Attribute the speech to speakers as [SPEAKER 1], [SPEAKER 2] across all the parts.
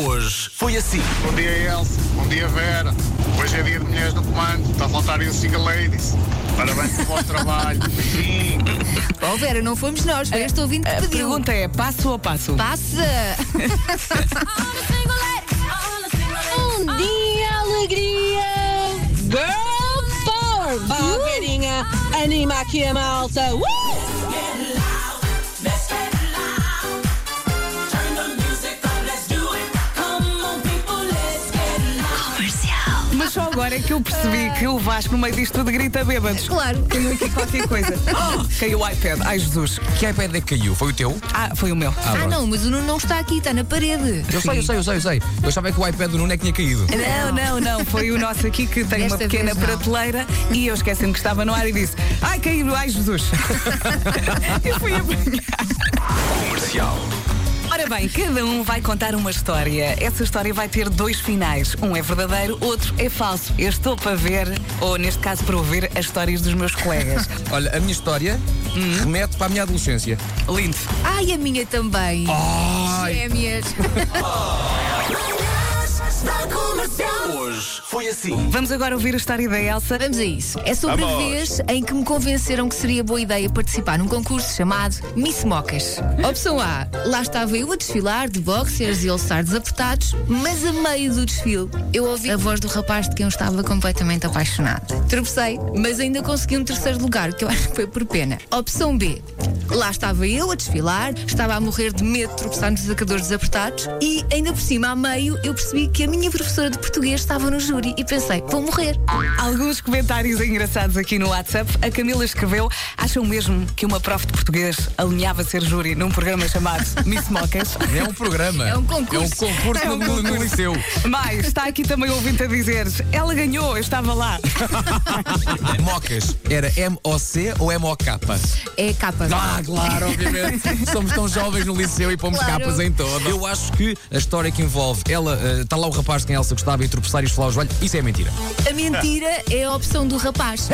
[SPEAKER 1] Hoje foi assim.
[SPEAKER 2] Bom dia, Elsa. Bom dia, Vera. Hoje é dia de mulheres no comando. Está a faltar esse single ladies. Parabéns pelo vosso trabalho. Beijinho.
[SPEAKER 3] Oh Vera, não fomos nós, foi este ouvinte que
[SPEAKER 4] Ah, A
[SPEAKER 3] pediu.
[SPEAKER 4] pergunta é passo a passo.
[SPEAKER 3] Passa!
[SPEAKER 5] Bom dia, alegria! Girl Power! Vá, Verinha, anima aqui a malta! Uh!
[SPEAKER 4] Mas só agora é que eu percebi que o Vasco, no meio disto tudo, grita bêbados.
[SPEAKER 3] Claro,
[SPEAKER 4] Caiu aqui qualquer coisa. Oh, caiu o iPad. Ai, Jesus.
[SPEAKER 1] Que iPad é que caiu? Foi o teu?
[SPEAKER 4] Ah, foi o meu.
[SPEAKER 3] Ah,
[SPEAKER 1] pronto.
[SPEAKER 3] não, mas o Nuno não está aqui, está na parede.
[SPEAKER 1] Eu sei, eu sei, eu sei, eu sei. Eu achava que o iPad do Nuno é que tinha caído.
[SPEAKER 4] Não, não, não. Foi o nosso aqui que tem uma
[SPEAKER 3] Desta
[SPEAKER 4] pequena
[SPEAKER 3] vez não.
[SPEAKER 4] prateleira e eu esqueci-me que estava no ar e disse: Ai, caiu, ai, Jesus. eu fui apanhar.
[SPEAKER 1] Comercial.
[SPEAKER 4] Ora bem, cada um vai contar uma história. Essa história vai ter dois finais. Um é verdadeiro, outro é falso. Eu estou para ver, ou neste caso para ouvir, as histórias dos meus colegas.
[SPEAKER 3] É.
[SPEAKER 1] Olha, a minha história remete para a minha adolescência.
[SPEAKER 4] Lindo.
[SPEAKER 3] Ai, a minha também.
[SPEAKER 1] Ai!
[SPEAKER 3] Gêmeas.
[SPEAKER 1] Hoje foi assim.
[SPEAKER 4] Vamos agora ouvir a história da Elsa.
[SPEAKER 3] Vamos a isso. É sobre a
[SPEAKER 2] Vamos.
[SPEAKER 3] vez em que me convenceram que seria boa ideia participar num concurso chamado Miss Mocas. Opção A. Lá estava eu a desfilar de boxers e all-stars apertados, mas a meio do desfile eu ouvi a voz do rapaz de quem eu estava completamente apaixonada. Tropecei, mas ainda consegui um terceiro lugar, que eu acho que foi por pena. Opção B. Lá estava eu a desfilar, estava a morrer de medo de tropeçar nos sacadores desapertados e ainda por cima, a meio, eu percebi que a minha professora de português estava no júri e pensei, vou morrer.
[SPEAKER 4] Alguns comentários engraçados aqui no WhatsApp. A Camila escreveu: acham mesmo que uma prof de português alinhava ser júri num programa chamado Miss Mocas?
[SPEAKER 1] É um programa.
[SPEAKER 3] É um concurso.
[SPEAKER 1] É um concurso
[SPEAKER 4] É um
[SPEAKER 1] no- no- no liceu.
[SPEAKER 4] Mais, está aqui também ouvindo a dizer: ela ganhou, eu estava lá.
[SPEAKER 1] Mocas. Era M-O-C ou M-O-K?
[SPEAKER 3] É capa.
[SPEAKER 1] Ah, claro, obviamente. Somos tão jovens no liceu e pomos
[SPEAKER 3] Claro.
[SPEAKER 1] capas em todo. Eu acho que a história que envolve ela, eh, está lá o rapaz de quem Elsa gostava e tropeçar e esfolar o joelho, isso é mentira.
[SPEAKER 3] A mentira é a opção do rapaz.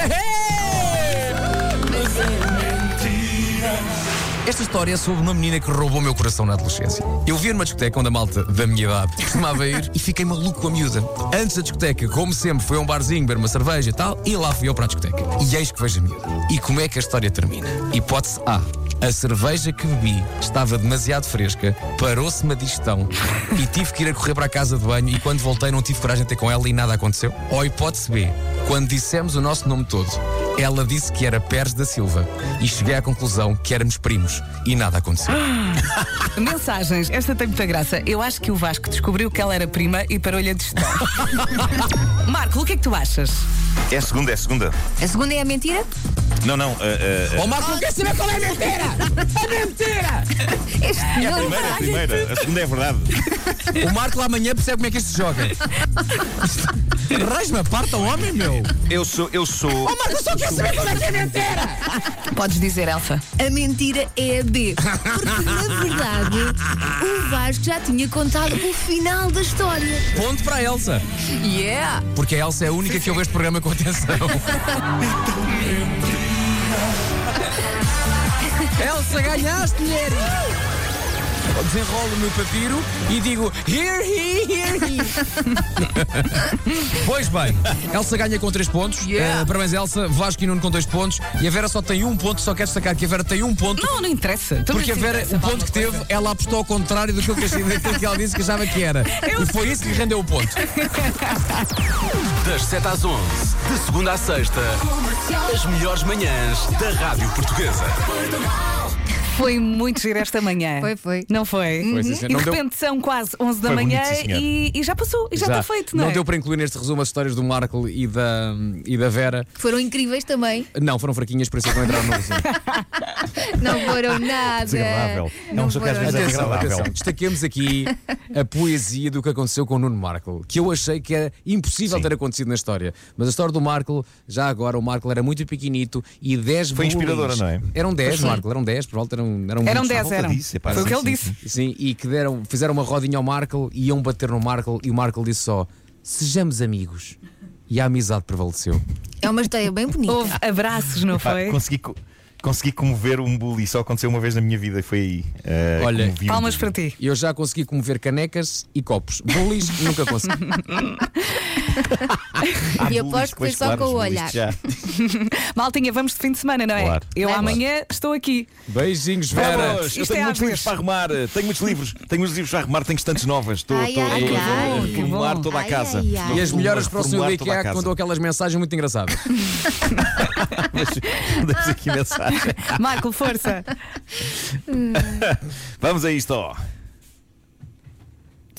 [SPEAKER 1] Esta história é sobre uma menina que roubou o meu coração na adolescência. Eu via numa discoteca onde a malta da minha idade costumava ir e fiquei maluco com a miúda. Antes da discoteca, como sempre, foi a um barzinho, beber uma cerveja e tal, e lá fui eu para a discoteca. E eis que vejo a miúda. E como é que a história termina? Hipótese A. A cerveja que bebi estava demasiado fresca, parou-se-me a digestão e tive que ir a correr para a casa de banho e quando voltei não tive coragem de ter com ela e nada aconteceu. Ou hipótese B, quando dissemos o nosso nome todo, ela disse que era Pérez da Silva e cheguei à conclusão que éramos primos e nada aconteceu.
[SPEAKER 4] Mensagens, esta tem muita graça. Eu acho que o Vasco descobriu que ela era prima e parou-lhe a distância. Marco, o que é que tu achas?
[SPEAKER 6] É a segunda, é a segunda.
[SPEAKER 3] A segunda é a mentira?
[SPEAKER 6] Não, eh, não. A,
[SPEAKER 1] Ó Marco, não quer saber qual é a mentira!
[SPEAKER 3] Este
[SPEAKER 6] É a, a
[SPEAKER 3] não
[SPEAKER 6] primeira,
[SPEAKER 3] vai.
[SPEAKER 6] eh, a primeira. A segunda é verdade.
[SPEAKER 1] O Marco lá amanhã percebe como é que isto se joga. Rasma, parta o homem, meu!
[SPEAKER 6] Eu sou, eu sou.
[SPEAKER 1] Marco, só quer saber qual é que é a mentira!
[SPEAKER 4] Podes dizer, Elfa.
[SPEAKER 3] A mentira é a B. Porque, na verdade, o Vasco já tinha contado o final da história.
[SPEAKER 1] Ponto para a Elsa,
[SPEAKER 3] Yeah!
[SPEAKER 1] porque a Elsa é a única que ouve este programa com atenção. Elsa, ganhaste, mulher! Desenrolo o meu papiro e digo Here he, here he! pois bem, Elsa ganha com 3 pontos.
[SPEAKER 4] Yeah.
[SPEAKER 1] Eh, parabéns, Elsa. Vasco e Nuno com 2 pontos. E a Vera só tem 1 um ponto. Só quero destacar que a Vera tem 1 um ponto.
[SPEAKER 4] Não, não interessa. Também
[SPEAKER 1] Porque a
[SPEAKER 4] se
[SPEAKER 1] Vera,
[SPEAKER 4] interessa
[SPEAKER 1] o
[SPEAKER 4] para
[SPEAKER 1] ponto que
[SPEAKER 4] alguma
[SPEAKER 1] teve, ela apostou ao contrário daquilo que, achei- daquilo que ela disse que achava que era. E foi isso que lhe rendeu o ponto.
[SPEAKER 7] Das 7 às 11, de segunda à sexta, as melhores manhãs da Rádio Portuguesa.
[SPEAKER 4] Foi muito giro esta manhã.
[SPEAKER 3] Foi, foi.
[SPEAKER 4] Não foi?
[SPEAKER 6] Uhum.
[SPEAKER 1] Foi, sim,
[SPEAKER 4] E
[SPEAKER 1] senhor.
[SPEAKER 4] de
[SPEAKER 1] Não deu-
[SPEAKER 4] repente são quase 11 da
[SPEAKER 6] assim, Foi
[SPEAKER 4] manhã
[SPEAKER 6] bonito, sim, senhora.
[SPEAKER 4] e, e já passou, e já está feito, não,
[SPEAKER 1] não
[SPEAKER 4] é?
[SPEAKER 1] deu para incluir neste resumo as histórias do Marco e da, e da Vera.
[SPEAKER 3] Foram incríveis também.
[SPEAKER 1] Não, foram fraquinhas, por isso é que não entraram no resumo.
[SPEAKER 3] Não foram nada.
[SPEAKER 6] Desagradável. É
[SPEAKER 3] Não
[SPEAKER 6] um jogo que às
[SPEAKER 3] foram
[SPEAKER 6] vezes é-
[SPEAKER 1] Atenção,
[SPEAKER 6] Desagradável.
[SPEAKER 1] atenção. Destaquemos aqui a poesia do que aconteceu com o Nuno Marco, que eu achei que era impossível ter acontecido na história. Mas a história do Marco, já agora, o Marco era muito pequenito e 10
[SPEAKER 6] Foi inspiradora, não é?
[SPEAKER 1] Eram 10, Marco, eram 10, por volta eram Eram,
[SPEAKER 4] Eram
[SPEAKER 1] muitos.
[SPEAKER 4] 10,
[SPEAKER 6] volta
[SPEAKER 4] eram.
[SPEAKER 6] disso, é pá,
[SPEAKER 4] um. foi o
[SPEAKER 6] sim,
[SPEAKER 4] que ele
[SPEAKER 6] sim,
[SPEAKER 4] disse.
[SPEAKER 1] Sim, e que deram, fizeram uma rodinha ao Markle e iam bater no Markle e o Markle disse só: sejamos amigos. E a amizade prevaleceu.
[SPEAKER 3] É uma história bem bonita.
[SPEAKER 4] Houve abraços, não
[SPEAKER 6] Pá,
[SPEAKER 4] foi?
[SPEAKER 6] consegui, co- Consegui comover um bully, só aconteceu uma vez na minha vida e foi aí. eh,
[SPEAKER 1] Olha,
[SPEAKER 6] comovi um
[SPEAKER 4] Palmas
[SPEAKER 6] bully.
[SPEAKER 4] para ti.
[SPEAKER 1] Eu já consegui comover canecas e copos. Bullies nunca consegui.
[SPEAKER 6] Há
[SPEAKER 3] E aposto
[SPEAKER 6] bullies,
[SPEAKER 3] que foi
[SPEAKER 6] pois,
[SPEAKER 3] só
[SPEAKER 6] claro,
[SPEAKER 3] com o
[SPEAKER 6] os bullies
[SPEAKER 3] olhar.
[SPEAKER 6] já.
[SPEAKER 4] Maltinha, vamos de fim de semana, não é?
[SPEAKER 6] Claro.
[SPEAKER 4] Eu
[SPEAKER 3] Vamos.
[SPEAKER 4] amanhã estou aqui.
[SPEAKER 1] Beijinhos, Vera.
[SPEAKER 6] Vamos, eu
[SPEAKER 4] Isto
[SPEAKER 6] tenho
[SPEAKER 4] é
[SPEAKER 6] muitos
[SPEAKER 4] às
[SPEAKER 6] livros para arrumar, eh, tenho muitos livros, tenho muitos livros para arrumar, tenho estantes novas, estou
[SPEAKER 3] Ai,
[SPEAKER 6] estou-
[SPEAKER 3] ai,
[SPEAKER 6] estou
[SPEAKER 3] ai,
[SPEAKER 6] a
[SPEAKER 3] que
[SPEAKER 6] reformular
[SPEAKER 4] bom.
[SPEAKER 6] toda a
[SPEAKER 3] Ai,
[SPEAKER 6] casa.
[SPEAKER 3] ai, ai.
[SPEAKER 6] Estou a
[SPEAKER 1] E as
[SPEAKER 6] reformular-
[SPEAKER 1] melhores para o seu
[SPEAKER 6] reformular
[SPEAKER 1] dia que
[SPEAKER 6] toda a
[SPEAKER 1] há
[SPEAKER 6] casa.
[SPEAKER 1] quando aquelas mensagens muito engraçadas.
[SPEAKER 6] Mas- Deixa aqui mensagem.
[SPEAKER 4] Marco, força.
[SPEAKER 6] Vamos a isto, ó.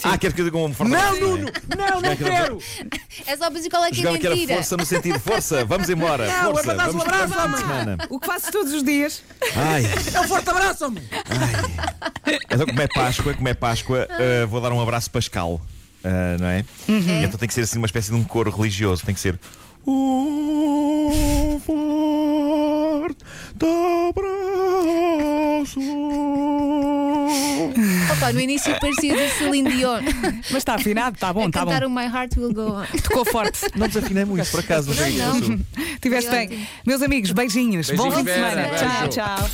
[SPEAKER 6] Ah, quero que eu diga um forte
[SPEAKER 1] Não,
[SPEAKER 6] abraço, é?
[SPEAKER 1] Nuno! Não, não
[SPEAKER 6] Espero que não
[SPEAKER 1] quero!
[SPEAKER 3] É só para dizer qual é que é
[SPEAKER 6] Jogava que era
[SPEAKER 3] mentira.
[SPEAKER 6] força no sentido de força. Vamos embora.
[SPEAKER 1] Não,
[SPEAKER 6] força.
[SPEAKER 1] é para dar um
[SPEAKER 6] Vamos
[SPEAKER 1] abraço,
[SPEAKER 6] para o fim de
[SPEAKER 1] homem.
[SPEAKER 6] semana.
[SPEAKER 4] O que faço todos os dias.
[SPEAKER 6] Ai.
[SPEAKER 1] É um forte abraço, homem!
[SPEAKER 6] Então, como é Páscoa, como é Páscoa, uh, vou dar um abraço pascal. uh, não é? Então tem que ser assim uma espécie de um coro religioso. Tem que ser. Um forte abraço.
[SPEAKER 3] Opa, no início parecia de Celine Dion.
[SPEAKER 4] Mas está afinado, está bom,
[SPEAKER 3] a
[SPEAKER 4] está
[SPEAKER 6] tá
[SPEAKER 4] bom.
[SPEAKER 3] cantar o My Heart Will Go On.
[SPEAKER 4] Tocou forte.
[SPEAKER 6] Não desafinei muito, por acaso. Não, sei o que é isso.
[SPEAKER 4] Tiveste
[SPEAKER 3] Foi
[SPEAKER 4] bem.
[SPEAKER 3] ótimo.
[SPEAKER 4] Meus amigos, beijinhos. bom
[SPEAKER 1] Beijinhos,
[SPEAKER 4] fim de
[SPEAKER 1] Vera.
[SPEAKER 4] semana.
[SPEAKER 1] Beijo.
[SPEAKER 4] Tchau, tchau.